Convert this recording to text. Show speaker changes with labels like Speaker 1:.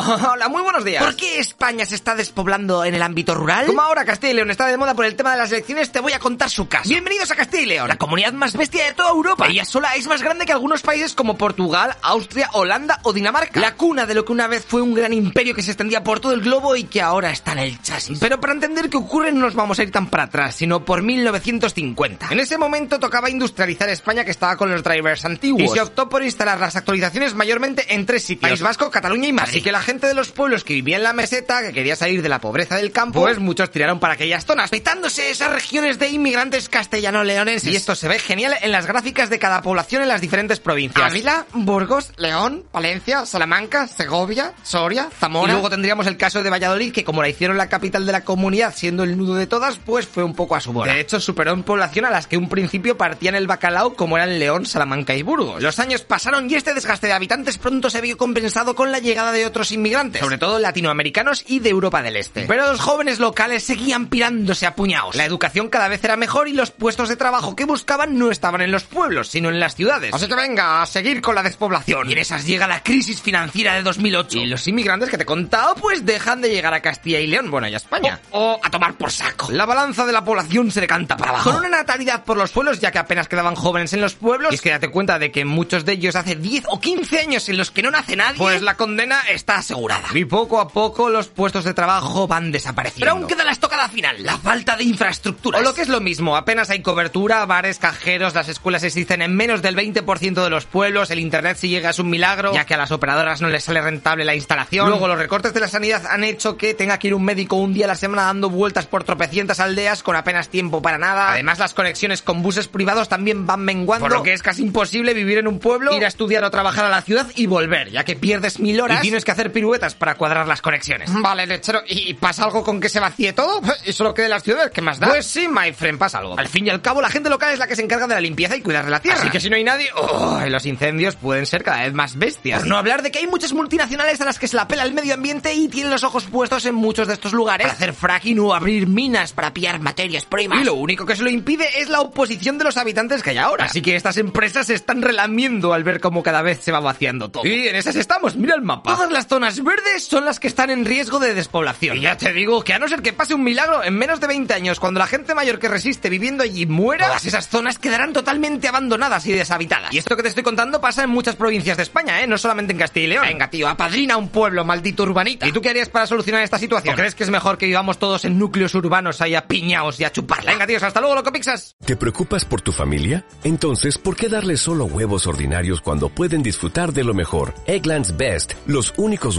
Speaker 1: Hola, muy buenos días.
Speaker 2: ¿Por qué España se está despoblando en el ámbito rural?
Speaker 1: Como ahora Castilla y León está de moda por el tema de las elecciones, te voy a contar su caso. Bienvenidos a Castilla y León,
Speaker 2: La comunidad más bestia de toda Europa.
Speaker 1: Ella sola es más grande que algunos países como Portugal, Austria, Holanda o Dinamarca. La cuna de lo que una vez fue un gran imperio que se extendía por todo el globo y que ahora está en el chasis. Pero para entender qué ocurre no nos vamos a ir tan para atrás, sino por 1950. En ese momento tocaba industrializar España que estaba con los drivers antiguos. Y se optó por instalar las actualizaciones mayormente en tres sitios. País Vasco, Cataluña y Madrid. Así que la gente de los pueblos que vivía en la meseta, que quería salir de la pobreza del campo, pues muchos tiraron para aquellas zonas, petándose esas regiones de inmigrantes castellano-leonenses. Y esto se ve genial en las gráficas de cada población en las diferentes provincias.
Speaker 2: Ávila, Burgos, León, Palencia, Salamanca, Segovia, Soria,
Speaker 1: Y
Speaker 2: Zamora.
Speaker 1: luego tendríamos el caso de Valladolid, que como la hicieron la capital de la comunidad, siendo el nudo de todas, pues fue un poco a su bola. De hecho, superó en población a las que un principio partían el bacalao, como eran León, Salamanca y Burgos. Los años pasaron y este desgaste de habitantes pronto se vio compensado con la llegada de otros inmigrantes, sobre todo latinoamericanos y de Europa del Este. Pero los jóvenes locales seguían pirándose a puñados. La educación cada vez era mejor y los puestos de trabajo que buscaban no estaban en los pueblos, sino en las ciudades.
Speaker 2: Así que venga, a seguir con la despoblación.
Speaker 1: Y en esas llega la crisis financiera de 2008. Y los inmigrantes que te he contado, pues dejan de llegar a Castilla y León, bueno, y a España.
Speaker 2: O a tomar por saco.
Speaker 1: La balanza de la población se decanta para abajo. Con una natalidad por los pueblos, ya que apenas quedaban jóvenes en los pueblos. Y es que date cuenta de que muchos de ellos hace 10 o 15 años en los que no nace nadie.
Speaker 2: Pues la condena está asegurada.
Speaker 1: Y poco a poco los puestos de trabajo van desapareciendo.
Speaker 2: Pero aún queda la estocada final, la falta de infraestructura.
Speaker 1: O lo que es lo mismo, apenas hay cobertura, bares, cajeros, las escuelas existen en menos del 20% de los pueblos, el internet si llega es un milagro, ya que a las operadoras no les sale rentable la instalación. Luego los recortes de la sanidad han hecho que tenga que ir un médico un día a la semana dando vueltas por tropecientas aldeas con apenas tiempo para nada. Además las conexiones con buses privados también van menguando,
Speaker 2: Por lo que
Speaker 1: es casi imposible vivir en un pueblo, ir a estudiar o trabajar a la ciudad y volver, ya que pierdes mil horas y tienes que hacer piruetas para cuadrar las conexiones.
Speaker 2: Vale, lechero, ¿y pasa algo con que se vacíe todo? Y solo quede las ciudades, ¿qué más da?
Speaker 1: Pues sí, my friend, pasa algo. Al fin y al cabo, la gente local es la que se encarga de la limpieza y cuidar de la tierra.
Speaker 2: Así que si no hay nadie,
Speaker 1: Oh, y los incendios pueden ser cada vez más bestias. Por no hablar de que hay muchas multinacionales a las que se la pela el medio ambiente y tienen los ojos puestos en muchos de estos lugares para hacer fracking o abrir minas para pillar materias primas. Y lo único que se lo impide es la oposición de los habitantes que hay ahora. Así que estas empresas se están relamiendo al ver cómo cada vez se va vaciando todo. Y en esas estamos, mira el mapa. Todas las zonas verdes son las que están en riesgo de despoblación. Y ya te digo que a no ser que pase un milagro en menos de 20 años, cuando la gente mayor que resiste viviendo allí muera, todas esas zonas quedarán totalmente abandonadas y deshabitadas. Y esto que te estoy contando pasa en muchas provincias de España, ¿eh? No solamente en Castilla y León.
Speaker 2: venga, tío, apadrina un pueblo, maldito urbanita.
Speaker 1: ¿Y tú qué harías para solucionar esta situación? ¿O crees que es mejor que vivamos todos en núcleos urbanos ahí a piñaos y a chuparla? Venga, tíos, hasta luego, loco pixas.
Speaker 3: ¿Te preocupas por tu familia? Entonces, ¿por qué darles solo huevos ordinarios cuando pueden disfrutar de lo mejor? Eggland's Best, los únicos